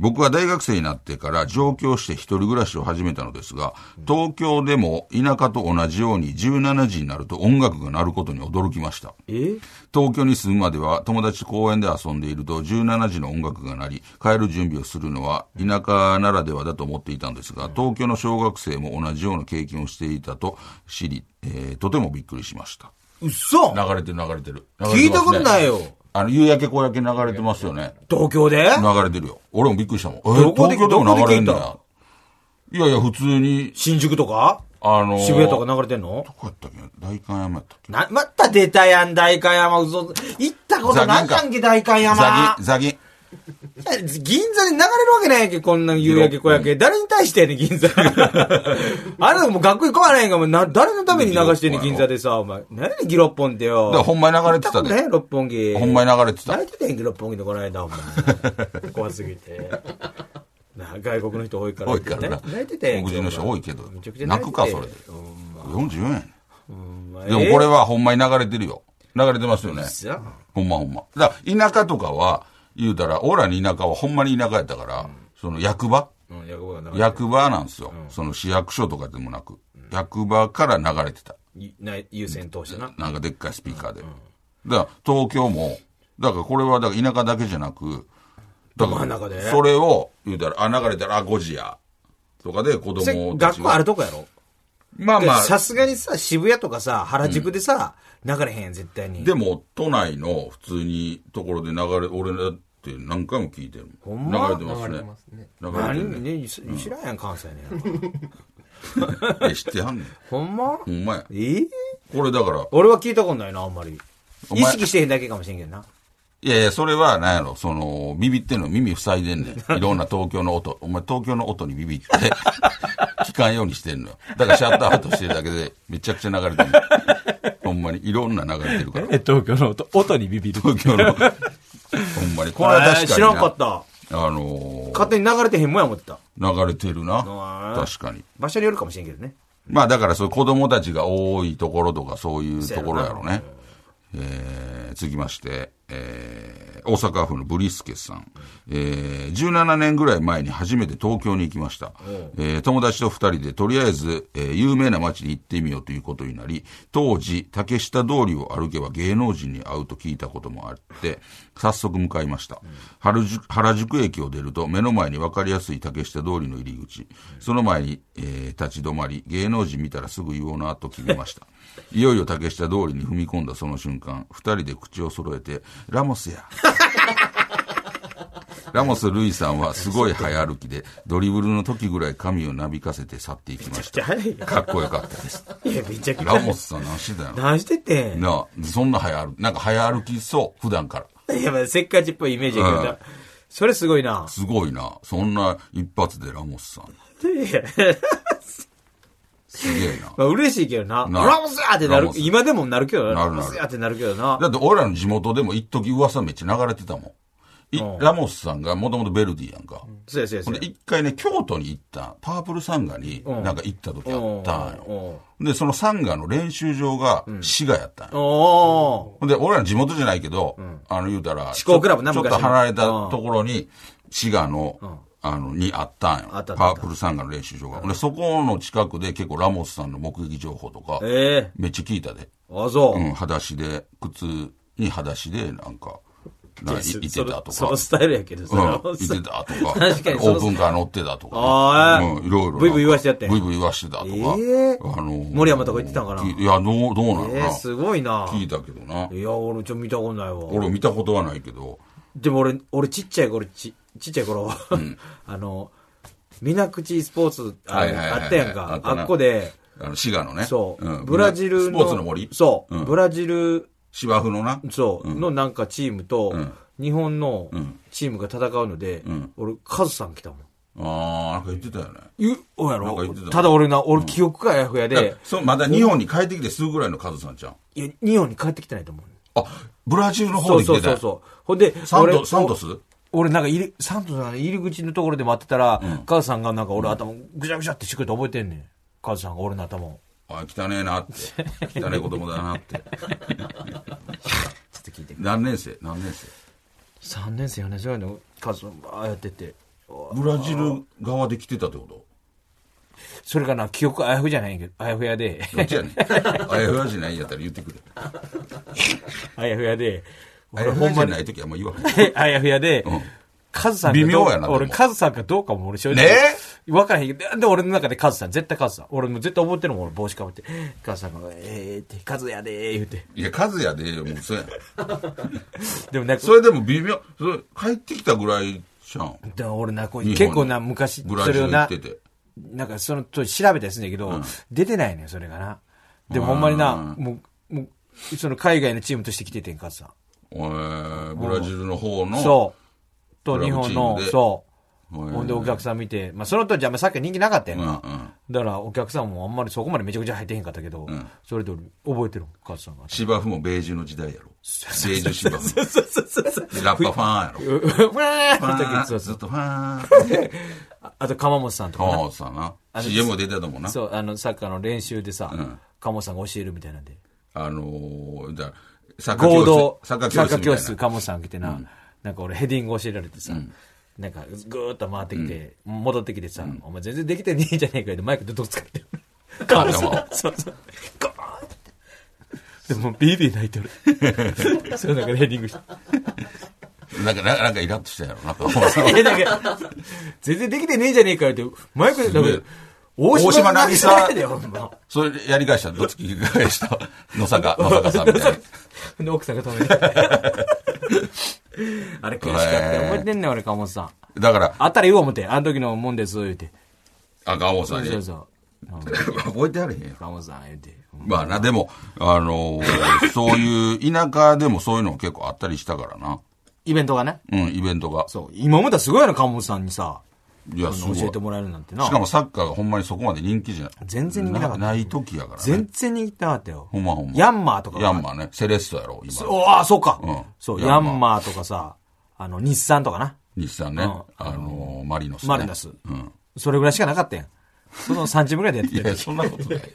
[SPEAKER 4] 僕は大学生になってから上京して一人暮らしを始めたのですが、東京でも田舎と同じように17時になると音楽が鳴ることに驚きました。
[SPEAKER 5] え
[SPEAKER 4] 東京に住むまでは友達と公園で遊んでいると17時の音楽が鳴り帰る準備をするのは田舎ならではだと思っていたんですが東京の小学生も同じような経験をしていたと知り、えーとてもびっくりしました
[SPEAKER 5] 嘘
[SPEAKER 4] 流れてる流れてる
[SPEAKER 5] 聞いたことない
[SPEAKER 4] よ
[SPEAKER 5] よ。
[SPEAKER 4] あの夕焼け小焼け流れてますよね
[SPEAKER 5] 東京で
[SPEAKER 4] 流れてるよ俺もびっくりしたもん、え
[SPEAKER 5] どこで
[SPEAKER 4] 東京でも流れんだ
[SPEAKER 5] ど
[SPEAKER 4] よいやいや普通に
[SPEAKER 5] 新宿とか
[SPEAKER 4] あのー
[SPEAKER 5] 渋谷とか流れてんの
[SPEAKER 4] どこやったっけ代官山やったっけ
[SPEAKER 5] な、また出たやん、代官山、嘘。行ったことなかんけ、代官山。
[SPEAKER 4] ザギザギ
[SPEAKER 5] 銀座に流れるわけないやんけ、こんな夕焼け小焼け。誰に対してやねん、銀座。 あれもう学校行こうがないんか、もうな、誰のために流してんねん、銀座でさ、お前。何やねん、ギロッポンってよ。
[SPEAKER 4] だからほんまに流れて
[SPEAKER 5] 行っ
[SPEAKER 4] たで
[SPEAKER 5] ことない六本木。
[SPEAKER 4] ほんまに流れてた
[SPEAKER 5] 泣いてたやんけ、六本木でこの 間、お前。怖すぎて。な外国の人多いから。
[SPEAKER 4] 多いからな
[SPEAKER 5] 泣いてたやんけ
[SPEAKER 4] 黒人の人多いけど
[SPEAKER 5] めちゃくちゃ泣いてたやん
[SPEAKER 4] 泣くかそれ44円やね
[SPEAKER 5] うんまあ
[SPEAKER 4] でもこれはほんまに流れてるよ。流れてますよね。
[SPEAKER 5] えー
[SPEAKER 4] ほんまほんま。だから田舎とかは、言うたら、俺らの田舎はほんまに田舎やったから、その役場
[SPEAKER 5] うん役場が流れて
[SPEAKER 4] 役場なんですよ。その市役所とかでもなく、役場から流れてた。
[SPEAKER 5] いない優先通してな。
[SPEAKER 4] なんかでっかいスピーカーで。だから東京も、だからこれはだから田舎だけじゃなく、だ
[SPEAKER 5] 真ん中で
[SPEAKER 4] それを、言うたら、あ、流れたら、あ、5時や。とかで子
[SPEAKER 5] せ
[SPEAKER 4] 供たち
[SPEAKER 5] 学校あ
[SPEAKER 4] が
[SPEAKER 5] る。とこやろ
[SPEAKER 4] まあまあ、
[SPEAKER 5] さすがにさ、渋谷とかさ、原宿でさ、流れへんやん、絶対に。
[SPEAKER 4] でも、都内の普通にところで流れ、俺だって何回も聞いてる。
[SPEAKER 5] ほんま
[SPEAKER 4] 流れてますね。流れてる
[SPEAKER 5] 何
[SPEAKER 4] ね。
[SPEAKER 5] ね、知知らんやん、関西ね。
[SPEAKER 4] え、知ってはんねん。
[SPEAKER 5] ほんま
[SPEAKER 4] ほんまや。
[SPEAKER 5] えー
[SPEAKER 4] これだから、
[SPEAKER 5] 俺は聞いたことないな、あんまり。
[SPEAKER 4] お
[SPEAKER 5] 意
[SPEAKER 4] 前
[SPEAKER 5] 識してへんだけかもしれんけどな。
[SPEAKER 4] いやいや、それは何やろ、その、ビビってんの耳塞いでんねん。いろんな東京の音。お前東京の音にビビって、 聞かんようにしてんのよ。だからシャットアウトしてるだけで、めちゃくちゃ流れてる。ほんまに、いろんな流れてるから。
[SPEAKER 5] 東京の音、音にビビる。
[SPEAKER 4] 東 京の、ほんまに。こ
[SPEAKER 5] これ
[SPEAKER 4] れは確か
[SPEAKER 5] 確
[SPEAKER 4] に
[SPEAKER 5] か
[SPEAKER 4] な。
[SPEAKER 5] 知らんかった。
[SPEAKER 4] あのー
[SPEAKER 5] 勝手に流れてへんもんや思ってた。
[SPEAKER 4] 流れてるな
[SPEAKER 5] わ。ー
[SPEAKER 4] 確かに。
[SPEAKER 5] 場所によるかもしれんけどね。
[SPEAKER 4] まあだからそういう子供たちが多いところとかそういうところやろね。えー、続きまして、えー、大阪府のブリスケさん、えー、17年ぐらい前に初めて東京に行きました、えー、友達と2人でとりあえず、えー、有名な街に行ってみようということになり当時竹下通りを歩けば芸能人に会うと聞いたこともあって早速向かいました、原宿原宿駅を出ると目の前に分かりやすい竹下通りの入り口その前に、えー立ち止まり芸能人見たらすぐ言おうなと決めましたいよいよ竹下通りに踏み込んだその瞬間二人で口を揃えて「ラモスや」 ラモス・ルイさんはすごい早歩きで、ドリブルの時ぐらい髪をなびかせて去っていきまし
[SPEAKER 5] じゃあ、い
[SPEAKER 4] た。かっこよかったです。
[SPEAKER 5] や、めちゃくちゃ。
[SPEAKER 4] ラモスさん何してたんや
[SPEAKER 5] 何しててん。
[SPEAKER 4] ろなあ、そんな早歩き、なんか早歩きそう、普段から。
[SPEAKER 5] いや、まあせっかちっぽいイメージやけど
[SPEAKER 4] うん
[SPEAKER 5] な。それすごいな。
[SPEAKER 4] すごいな。そんな一発でラモスさん。
[SPEAKER 5] いや
[SPEAKER 4] すげえな。
[SPEAKER 5] まあ嬉しいけどな。
[SPEAKER 4] な
[SPEAKER 5] ラモスやってな
[SPEAKER 4] ラ
[SPEAKER 5] る
[SPEAKER 4] モ。ス
[SPEAKER 5] 今でもなるけど
[SPEAKER 4] な
[SPEAKER 5] な。ラ
[SPEAKER 4] るなる
[SPEAKER 5] モスやってなるけどな。
[SPEAKER 4] だって俺らの地元でも一時噂めっちゃ流れてたもん。い
[SPEAKER 5] うん
[SPEAKER 4] ラモスさんがもともとベルディやんか。
[SPEAKER 5] そうやそうや
[SPEAKER 4] ほ
[SPEAKER 5] そ
[SPEAKER 4] ん
[SPEAKER 5] うや
[SPEAKER 4] で。一回ね、京都に行った、パープルサンガに
[SPEAKER 5] うん
[SPEAKER 4] なんか行った時あったん
[SPEAKER 5] うん
[SPEAKER 4] よ。で、そのサンガの練習場が滋賀やったんよ。
[SPEAKER 5] お
[SPEAKER 4] ほんで、俺らの地元じゃないけど、あの、言うたら、
[SPEAKER 5] 志向クラブな
[SPEAKER 4] ちょちょっ
[SPEAKER 5] 昔
[SPEAKER 4] と
[SPEAKER 5] の
[SPEAKER 4] 離れたところに、滋賀の、あの、にあったんよ。
[SPEAKER 5] あったあった
[SPEAKER 4] パープルサンガの練習場が。ほんで、そこの近くで結構ラモスさんの目撃情報とか
[SPEAKER 5] ー。、ええ
[SPEAKER 4] めっちゃ聞いたで。
[SPEAKER 5] あ、そう
[SPEAKER 4] う。ん、裸足で、靴に裸足で、なんか、なんかいいてたと
[SPEAKER 5] そ
[SPEAKER 4] か
[SPEAKER 5] の。スタイルやけ ど、それは
[SPEAKER 4] うん、いてたとか、オ
[SPEAKER 5] 確かにその
[SPEAKER 4] ープンカー乗ってたとか
[SPEAKER 5] あ
[SPEAKER 4] ね、
[SPEAKER 5] ー
[SPEAKER 4] うん、いろいろなんか。
[SPEAKER 5] ブイブイ言わしてやってん
[SPEAKER 4] ブイブイ言わしてたとか、
[SPEAKER 5] えー
[SPEAKER 4] あのー
[SPEAKER 5] 森山とか行ってたんかない
[SPEAKER 4] や、どう、どうなのか
[SPEAKER 5] え
[SPEAKER 4] な、
[SPEAKER 5] えすごいな。
[SPEAKER 4] 聞いたけどな。
[SPEAKER 5] いや、俺ちょっと見たことないわ。
[SPEAKER 4] 俺見たことはないけど、
[SPEAKER 5] でも俺、俺ちっちゃい頃、ち、ちっちゃい頃、 あの、水口スポーツあ
[SPEAKER 4] はいはいはいはい
[SPEAKER 5] あったやん
[SPEAKER 4] あ
[SPEAKER 5] か
[SPEAKER 4] っ。たな
[SPEAKER 5] あっこで、
[SPEAKER 4] あの、滋賀のね。
[SPEAKER 3] そう、
[SPEAKER 4] ん
[SPEAKER 3] ブラジルの。
[SPEAKER 4] スポーツの森
[SPEAKER 3] そう、
[SPEAKER 4] ん
[SPEAKER 3] ブラジル、
[SPEAKER 4] 芝生のな。
[SPEAKER 3] そう、のなんかチームと、
[SPEAKER 4] ん
[SPEAKER 3] 日本の
[SPEAKER 4] ん
[SPEAKER 3] チームが戦うので、
[SPEAKER 4] ん
[SPEAKER 3] 俺、カズさん来たもん。
[SPEAKER 4] ああ、なんか言ってたよね。
[SPEAKER 3] 言う、おや
[SPEAKER 4] なんか言
[SPEAKER 3] ろ
[SPEAKER 4] ってた
[SPEAKER 3] ただ俺な、俺記憶があやふやで、
[SPEAKER 4] そう、まだ日本に帰ってきてすぐぐらいのカズさんちゃん。
[SPEAKER 3] いや、日本に帰ってきてないと思う。
[SPEAKER 4] あ、ブラジルの
[SPEAKER 3] そ
[SPEAKER 4] 方
[SPEAKER 3] う
[SPEAKER 4] に来
[SPEAKER 3] そう
[SPEAKER 4] てた
[SPEAKER 3] そ
[SPEAKER 4] よ
[SPEAKER 3] うそう。ほんで、
[SPEAKER 4] サン
[SPEAKER 3] 俺
[SPEAKER 4] ド、サンドス
[SPEAKER 5] 俺なんか入り、サントさんの入り口のところで待ってたら、カズさんがなんか俺頭ぐちゃぐちゃってしてくれて覚えてんねん。カズさんが俺の頭を。
[SPEAKER 4] あ、汚ねえなって。汚ねえ子供だなって。
[SPEAKER 5] ちょっと聞いて。
[SPEAKER 4] 何年生何年生
[SPEAKER 5] 3年生、4年生ぐらいのカズさんああやってて。
[SPEAKER 4] ブラジル側で来てたってこと
[SPEAKER 5] それがな、記憶あやふじゃないけど、あやふやで、
[SPEAKER 4] どっちや ねん。あやふやじゃないんやったら言ってくれ。
[SPEAKER 5] あやふやで、
[SPEAKER 4] あ
[SPEAKER 5] 俺
[SPEAKER 4] やふ
[SPEAKER 5] ほ
[SPEAKER 4] や
[SPEAKER 5] ん
[SPEAKER 4] じ
[SPEAKER 5] ま
[SPEAKER 4] ゃ
[SPEAKER 5] に
[SPEAKER 4] な、い時はもう言わな い。
[SPEAKER 5] あやふやで
[SPEAKER 4] うん、
[SPEAKER 5] カズさんがどう
[SPEAKER 4] 微妙やなでも
[SPEAKER 5] 俺、カズさんかどうかも俺正直。
[SPEAKER 4] ね
[SPEAKER 5] わからへんけど、で、俺の中でカズさん、絶対カズさん。俺もう絶対覚えてるもん、俺帽子かぶって。カズさんが、えーって、カズやでー言うて。
[SPEAKER 4] いや、カズやで、もうそうやん。
[SPEAKER 5] でもなんか
[SPEAKER 4] それでも微妙。それ帰ってきたぐらいじゃん。
[SPEAKER 5] でも俺な、こう
[SPEAKER 4] 日本に
[SPEAKER 5] 結構な、昔、
[SPEAKER 4] ブラ
[SPEAKER 5] そ
[SPEAKER 4] ジ
[SPEAKER 5] れ
[SPEAKER 4] ル
[SPEAKER 5] を
[SPEAKER 4] 行
[SPEAKER 5] な
[SPEAKER 4] って、て。
[SPEAKER 5] なんかその当時調べたりするんだけど、出てないねそれがな。でも
[SPEAKER 4] うん
[SPEAKER 5] ほんまにな、もう、もう、その海外のチームとして来ててん、カズさん。
[SPEAKER 4] えーブラジルの方の。
[SPEAKER 5] そう。
[SPEAKER 4] ク
[SPEAKER 5] と、
[SPEAKER 4] ラブ
[SPEAKER 5] 日
[SPEAKER 4] チー
[SPEAKER 5] 本
[SPEAKER 4] ムで
[SPEAKER 5] の、そう。
[SPEAKER 4] へー
[SPEAKER 5] ほんでお客さん見て、まあその当時あんまサッカー人気なかったやん
[SPEAKER 4] うんう
[SPEAKER 5] か。
[SPEAKER 4] ん。
[SPEAKER 5] だからお客さんもあんまりそこまでめちゃくちゃ入ってへんかったけど、
[SPEAKER 4] ん
[SPEAKER 5] それで俺覚えてるもん、カズさんが。
[SPEAKER 4] 芝生もベージュの時代やろ。ベージュ芝生。
[SPEAKER 5] そうそうそうそう。
[SPEAKER 4] でラッパファンやろ。
[SPEAKER 5] うふわ
[SPEAKER 4] ファ
[SPEAKER 5] ー
[SPEAKER 4] ン
[SPEAKER 5] ンそうそ
[SPEAKER 4] ずっ
[SPEAKER 5] う。
[SPEAKER 4] とファン。
[SPEAKER 5] あと、鎌本さんとかな
[SPEAKER 4] ああ、そうやな。
[SPEAKER 5] の
[SPEAKER 4] CM も出てたもんな。
[SPEAKER 5] そう、あの、サッカーの練習でさ、
[SPEAKER 4] ん
[SPEAKER 5] 鴨さんが教えるみたいなんで。
[SPEAKER 4] あのー、じゃあサッカー
[SPEAKER 5] 合同
[SPEAKER 4] 教、室。サッカー
[SPEAKER 5] サッカ
[SPEAKER 4] 教
[SPEAKER 5] ー
[SPEAKER 4] 室
[SPEAKER 5] 教室、
[SPEAKER 4] みたいな。
[SPEAKER 5] 鴨さん来てな、なんか俺ヘディング教えられてさ、なんかぐーっと回ってきて、戻ってきてさ、お前全然できてねえじゃねえかよってマイクでどっ使ってる。カモさん
[SPEAKER 4] 頭を。
[SPEAKER 5] そうそう。ゴーンって。でもビービー泣い てる。そうなんかヘディングして。
[SPEAKER 4] なんか、なんかなんかイラッとしたやろな。 大
[SPEAKER 5] え、なんか、全然できてねえじゃねえかよって、マイクで、
[SPEAKER 4] すげ
[SPEAKER 5] な
[SPEAKER 4] え
[SPEAKER 5] んか、大島
[SPEAKER 4] 島
[SPEAKER 5] 渚
[SPEAKER 4] 渚
[SPEAKER 5] だよ、ほん ま。
[SPEAKER 4] それやり返したら、どっち聞き返した野坂、野坂さんみ たいな。
[SPEAKER 5] で、奥さんが止めて。 あれ苦しかったよ。覚えてんねん、俺、鴨さん。
[SPEAKER 4] だから、
[SPEAKER 5] あったら言おう思って、あの時のもんです、言うて。
[SPEAKER 4] 赤尾
[SPEAKER 5] そ
[SPEAKER 4] さん
[SPEAKER 5] う
[SPEAKER 4] に。
[SPEAKER 5] そうそう。うん
[SPEAKER 4] 覚えてあれへんやろ。
[SPEAKER 5] 鴨さん、言うて。
[SPEAKER 4] まあな、でも、あのーそういう、田舎でもそういうの結構あったりしたからな。
[SPEAKER 5] イベントがね。
[SPEAKER 4] うん、イベントが。
[SPEAKER 5] そう。今まだすごいな、鴨さんにさ、
[SPEAKER 4] いや、すご
[SPEAKER 5] 教
[SPEAKER 4] い。
[SPEAKER 5] え
[SPEAKER 4] して
[SPEAKER 5] もらえるなんてな。
[SPEAKER 4] かもサッカーがほんまにそこまで人気じゃない。
[SPEAKER 5] 全然人気なかった
[SPEAKER 4] ない時やからね
[SPEAKER 5] 全。然人気なかったよ。
[SPEAKER 4] ほんまほんま。
[SPEAKER 5] ヤンマーとか。
[SPEAKER 4] ヤンマーね。セレッソやろ、今。
[SPEAKER 5] おあ、そうか
[SPEAKER 4] うん。
[SPEAKER 5] そう、
[SPEAKER 4] ヤ
[SPEAKER 5] ヤ
[SPEAKER 4] ンマー
[SPEAKER 5] ンマーとかさ、あの、日産とかな。
[SPEAKER 4] 日産ね。
[SPEAKER 5] う
[SPEAKER 4] あ
[SPEAKER 5] ん
[SPEAKER 4] のーマリノス、ね。
[SPEAKER 5] マリノス
[SPEAKER 4] うん。
[SPEAKER 5] それぐらいしかなかったやん。その3チームぐらいでやって
[SPEAKER 4] い
[SPEAKER 5] たよ
[SPEAKER 4] や、そんなことない。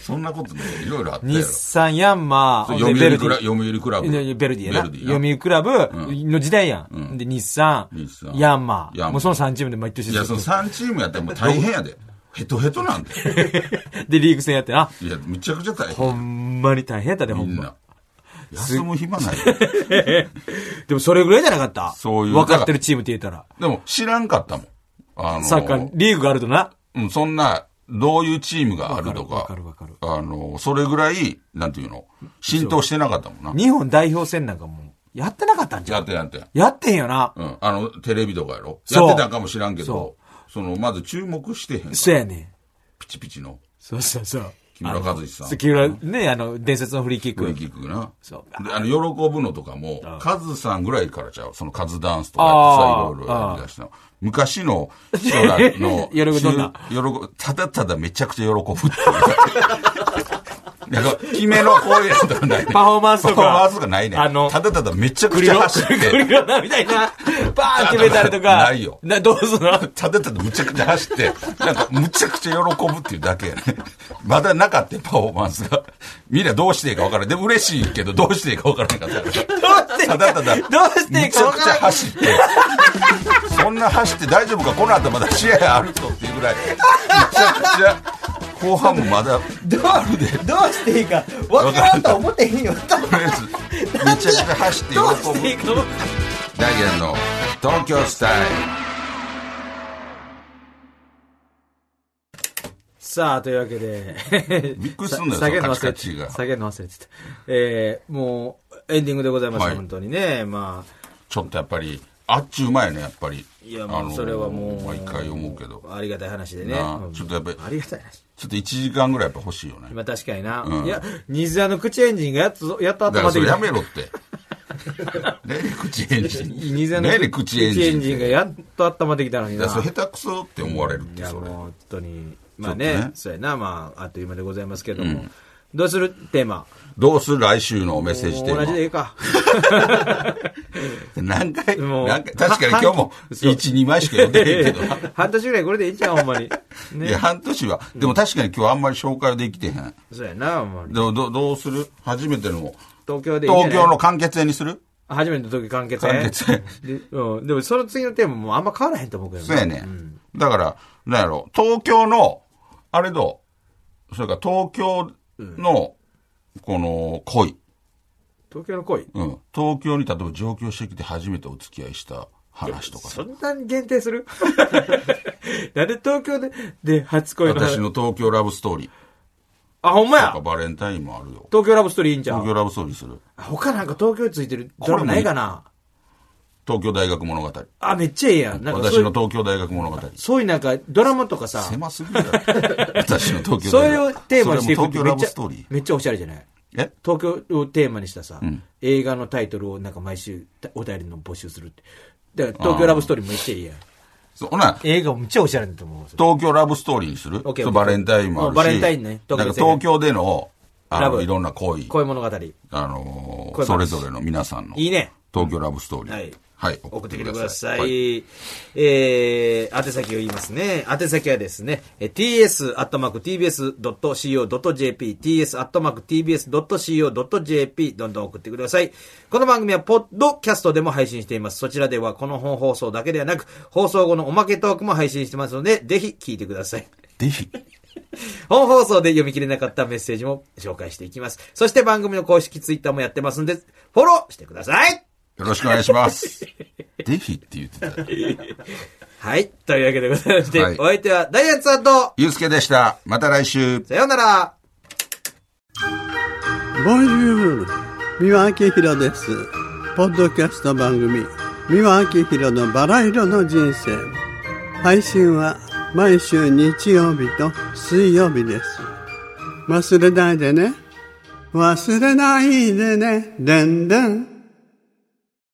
[SPEAKER 4] そんなことない。いろいろあったや
[SPEAKER 5] 日
[SPEAKER 4] ろ。
[SPEAKER 5] 産、ヤンマー、
[SPEAKER 4] 読
[SPEAKER 5] ベ
[SPEAKER 4] 売
[SPEAKER 5] ルデ
[SPEAKER 4] クラブ、
[SPEAKER 5] ィ。
[SPEAKER 4] 読売クラブ。
[SPEAKER 5] いやいやベルディやな。
[SPEAKER 4] ベルディ
[SPEAKER 5] 読売クラブの時代やん。で、日産
[SPEAKER 4] 日、産
[SPEAKER 5] ヤンマ
[SPEAKER 4] ヤンマ
[SPEAKER 5] ー。
[SPEAKER 4] ー
[SPEAKER 5] もうその3チームで毎年
[SPEAKER 4] い
[SPEAKER 5] ず
[SPEAKER 4] や、
[SPEAKER 5] っ
[SPEAKER 4] そ
[SPEAKER 5] と
[SPEAKER 4] の3チームやったらもう大変やで。ヘトヘトなんで。
[SPEAKER 5] で、リーグ戦やってな。
[SPEAKER 4] いや、むちゃくちゃ大変。
[SPEAKER 5] ほんまに大変やったで、ほ
[SPEAKER 4] み
[SPEAKER 5] ん
[SPEAKER 4] ん
[SPEAKER 5] ま
[SPEAKER 4] な。。休む暇ないよ。
[SPEAKER 5] でもそれぐらいじゃなかった。
[SPEAKER 4] そういう
[SPEAKER 5] 分かってるチームって言ったら。
[SPEAKER 4] でも知らんかったもん。あの
[SPEAKER 5] サッカー、リーグがあるとな。
[SPEAKER 4] うん、そんな、どういうチームがあると
[SPEAKER 5] わ
[SPEAKER 4] か
[SPEAKER 5] かるわかるわ、
[SPEAKER 4] あの、それぐらい、なんていうの、浸透してなかったもんな。
[SPEAKER 5] 日本代表戦なんかもう、やってなかったんじゃ
[SPEAKER 4] や
[SPEAKER 5] ん
[SPEAKER 4] ってんやってん。
[SPEAKER 5] やってへんよな。
[SPEAKER 4] うん。あの、テレビとかやろや
[SPEAKER 5] そう
[SPEAKER 4] ってたんかもしらんけど
[SPEAKER 5] そ、
[SPEAKER 4] その、まず注目してへんから。
[SPEAKER 5] そうやねん。
[SPEAKER 4] ピチピチの。
[SPEAKER 5] そうそうそう。
[SPEAKER 4] 木村和志さん
[SPEAKER 5] あの木村、ね、あの、伝説のフリーキッ
[SPEAKER 4] フリー
[SPEAKER 5] ク。
[SPEAKER 4] キックな。
[SPEAKER 5] そう
[SPEAKER 4] であの、喜ぶのとかも、カズさんぐらいからちゃう。そのカズダンスとかや
[SPEAKER 5] あ
[SPEAKER 4] っ
[SPEAKER 5] ー、
[SPEAKER 4] てさ、いろいろやりだしたの。昔の人らの
[SPEAKER 5] 喜ぶどんな
[SPEAKER 4] 喜ぶただただめちゃくちゃ喜ぶっていう。なんか、決めのこういうやつとかないね。
[SPEAKER 5] パフォーマンスとか
[SPEAKER 4] パフォーマンスとかないね。
[SPEAKER 5] あの
[SPEAKER 4] ただただめちゃく
[SPEAKER 5] ク
[SPEAKER 4] ち
[SPEAKER 5] リ
[SPEAKER 4] ゃ
[SPEAKER 5] ロ、
[SPEAKER 4] 走っ
[SPEAKER 5] クリ
[SPEAKER 4] て、
[SPEAKER 5] ロなみたいな、バーン決めたりとか。
[SPEAKER 4] ないよ
[SPEAKER 5] な、どうすんの
[SPEAKER 4] ただただむちゃくちゃ走って、なんかむちゃくちゃ喜ぶっていうだけやね。まだなかったよパフォーマンスが。みんなどうしていいか分からん。で、嬉しいけどどうしていいか分からんかったから。ただただ、
[SPEAKER 5] どうしてい
[SPEAKER 4] め
[SPEAKER 5] い
[SPEAKER 4] ち
[SPEAKER 5] か
[SPEAKER 4] ゃ
[SPEAKER 5] 分
[SPEAKER 4] く
[SPEAKER 5] か
[SPEAKER 4] ちゃ
[SPEAKER 5] らん。
[SPEAKER 4] 走って、そんな走って大丈夫か、この後まだ試合あるぞっていうぐらい、めちゃくちゃ、後半もまだ、
[SPEAKER 5] どうでどうしていいか分からんと思ってへんよ。
[SPEAKER 4] とりあえず、めちゃくちゃ走って喜
[SPEAKER 5] どうしていい
[SPEAKER 4] ぶ。
[SPEAKER 5] か分からん
[SPEAKER 4] ダイアンの東京スタイル。
[SPEAKER 5] さあ、というわけで。
[SPEAKER 4] びっくりすんのよ
[SPEAKER 5] さ下げるの忘
[SPEAKER 4] その
[SPEAKER 5] れ
[SPEAKER 4] カチカチ
[SPEAKER 5] て
[SPEAKER 4] が
[SPEAKER 5] た。下げるの忘れてた。えー、もう、エンディングでございます、
[SPEAKER 4] はい
[SPEAKER 5] 本当にね。ま
[SPEAKER 4] ちょっとやっぱり、あっちゅうまいね、やっぱり。
[SPEAKER 5] あ、いや、もう、それはもう、
[SPEAKER 4] 毎回思うけど。
[SPEAKER 5] ありがたい話でね。
[SPEAKER 4] なあ
[SPEAKER 5] うん
[SPEAKER 4] ちょっとやっぱり
[SPEAKER 5] ありがたい話。
[SPEAKER 4] ちょっと1時間ぐらいやっぱ欲しいよね。
[SPEAKER 5] 今確かにな。
[SPEAKER 4] うん
[SPEAKER 5] いや、西田の口エンジンがやっと、やっと
[SPEAKER 4] だか
[SPEAKER 5] 頭
[SPEAKER 4] らそ
[SPEAKER 5] で
[SPEAKER 4] れ
[SPEAKER 5] き
[SPEAKER 4] や
[SPEAKER 5] た。
[SPEAKER 4] めろ って。何で口エンジン。
[SPEAKER 5] 西田の
[SPEAKER 4] 何で口エン
[SPEAKER 5] 口エ
[SPEAKER 4] ジン
[SPEAKER 5] ン
[SPEAKER 4] って。
[SPEAKER 5] ジンがやっと頭できたのに
[SPEAKER 4] だ
[SPEAKER 5] な。
[SPEAKER 4] からそれ下手くそって思われるっ
[SPEAKER 5] い
[SPEAKER 4] て、
[SPEAKER 5] や、
[SPEAKER 4] そ
[SPEAKER 5] もう
[SPEAKER 4] れ。
[SPEAKER 5] 本当に。まあ
[SPEAKER 4] ちょっ
[SPEAKER 5] ね
[SPEAKER 4] とね、
[SPEAKER 5] そうやな、まあ、あっという間でございますけども。どうするテーマ。
[SPEAKER 4] どうする来週のメッセージテ
[SPEAKER 5] もう同じでいい
[SPEAKER 4] ー
[SPEAKER 5] か。
[SPEAKER 4] マ。何回
[SPEAKER 5] もう
[SPEAKER 4] 何回確かに今日も
[SPEAKER 5] そう
[SPEAKER 4] 1、2枚しか読んでへんけどな。
[SPEAKER 5] 半年ぐらいこれでいいんちゃうほんまに。
[SPEAKER 4] いや、
[SPEAKER 5] ね。
[SPEAKER 4] 半年は。でも確かに今日あんまり紹介はできてへん。
[SPEAKER 5] そうやな、ほんまに。
[SPEAKER 4] どうどうどうする初めての。
[SPEAKER 5] 東京でいいんじゃな
[SPEAKER 4] 東
[SPEAKER 5] い
[SPEAKER 4] 京の完結編にする
[SPEAKER 5] 初めての時完結
[SPEAKER 4] 完結編
[SPEAKER 5] で,、うん、でもその次のテーマもあんま変わらへんと思うけど
[SPEAKER 4] そうやね。ん、だから、なんやろ、東京の、あれどうそれから東京の、この、恋。
[SPEAKER 5] 東京の恋。
[SPEAKER 4] うん。東京に例えば上京してきて初めてお付き合いした話とか
[SPEAKER 5] そんなに限定する なんで東京で、で、初恋の話
[SPEAKER 4] 私の東京ラブストーリー
[SPEAKER 5] あ、ほんま
[SPEAKER 4] と
[SPEAKER 5] や
[SPEAKER 4] かバレンタインもあるよ。
[SPEAKER 5] 東京ラブストーリーいいんちゃ
[SPEAKER 4] 東
[SPEAKER 5] う
[SPEAKER 4] 京ラブストーリーする。
[SPEAKER 5] 他なんか東京についてる
[SPEAKER 4] こ
[SPEAKER 5] ドラ
[SPEAKER 4] れも
[SPEAKER 5] マないかな
[SPEAKER 4] 東京大学物語。
[SPEAKER 5] あ、めっちゃええやん。なんかそ
[SPEAKER 4] 私
[SPEAKER 5] うい
[SPEAKER 4] の
[SPEAKER 5] う、
[SPEAKER 4] 東京大学物語。
[SPEAKER 5] そういうなんかドラマとかさ、
[SPEAKER 4] 狭す ぎるだろ私の東京大学
[SPEAKER 5] そういうテーマにしていく
[SPEAKER 4] それも
[SPEAKER 5] って
[SPEAKER 4] 東京
[SPEAKER 5] めっ
[SPEAKER 4] ラブ
[SPEAKER 5] ち
[SPEAKER 4] ストーリ
[SPEAKER 5] ゃ
[SPEAKER 4] ー、。
[SPEAKER 5] めっちゃおしゃれじゃない
[SPEAKER 4] え
[SPEAKER 5] 東京をテーマにしたさ、
[SPEAKER 4] ん
[SPEAKER 5] 映画のタイトルをなんか毎週お便りの募集するって。だから東京ラブストーリーめっちゃいいやん。
[SPEAKER 4] そう、ほな、
[SPEAKER 5] 映画もめっちゃおしゃれだと思う。
[SPEAKER 4] 東京ラブストーリーにする
[SPEAKER 5] オッケー
[SPEAKER 4] そ
[SPEAKER 5] オッケー
[SPEAKER 4] うバレンタインもあるし。
[SPEAKER 5] バレンタインね
[SPEAKER 4] なんか
[SPEAKER 5] 東京
[SPEAKER 4] 東京での、あ
[SPEAKER 5] ラ
[SPEAKER 4] の、
[SPEAKER 5] ブ
[SPEAKER 4] いろんな恋、
[SPEAKER 5] 恋物語。
[SPEAKER 4] あのー
[SPEAKER 5] 恋話
[SPEAKER 4] それぞれの皆さんの。
[SPEAKER 5] いいね。
[SPEAKER 4] 東京ラブストーリー。
[SPEAKER 5] はい
[SPEAKER 4] はい。
[SPEAKER 5] 送ってきてください。
[SPEAKER 4] はい
[SPEAKER 5] えー、宛先を言いますね。宛先はですね、ts.tbs.co.jp、ts.tbs.co.jp、どんどん送ってください。この番組は、ポッドキャストでも配信しています。そちらでは、この本放送だけではなく、放送後のおまけトークも配信してますので、ぜひ聞いてください。
[SPEAKER 4] ぜひ。
[SPEAKER 5] 本放送で読み切れなかったメッセージも紹介していきます。そして番組の公式ツイッターもやってますんで、フォローしてください
[SPEAKER 4] よろしくお願い します。ぜひって言ってた。
[SPEAKER 5] はい。というわけでございまして、
[SPEAKER 4] はい
[SPEAKER 5] お相手はダイアンツさんと、
[SPEAKER 4] ゆうすけでした。また来週。
[SPEAKER 5] さようなら。
[SPEAKER 6] ボンジュール三輪明宏です。ポッドキャスト番組、三輪明宏のバラ色の人生。配信は毎週日曜日と水曜日です。忘れないでね。忘れないでね。でんでん。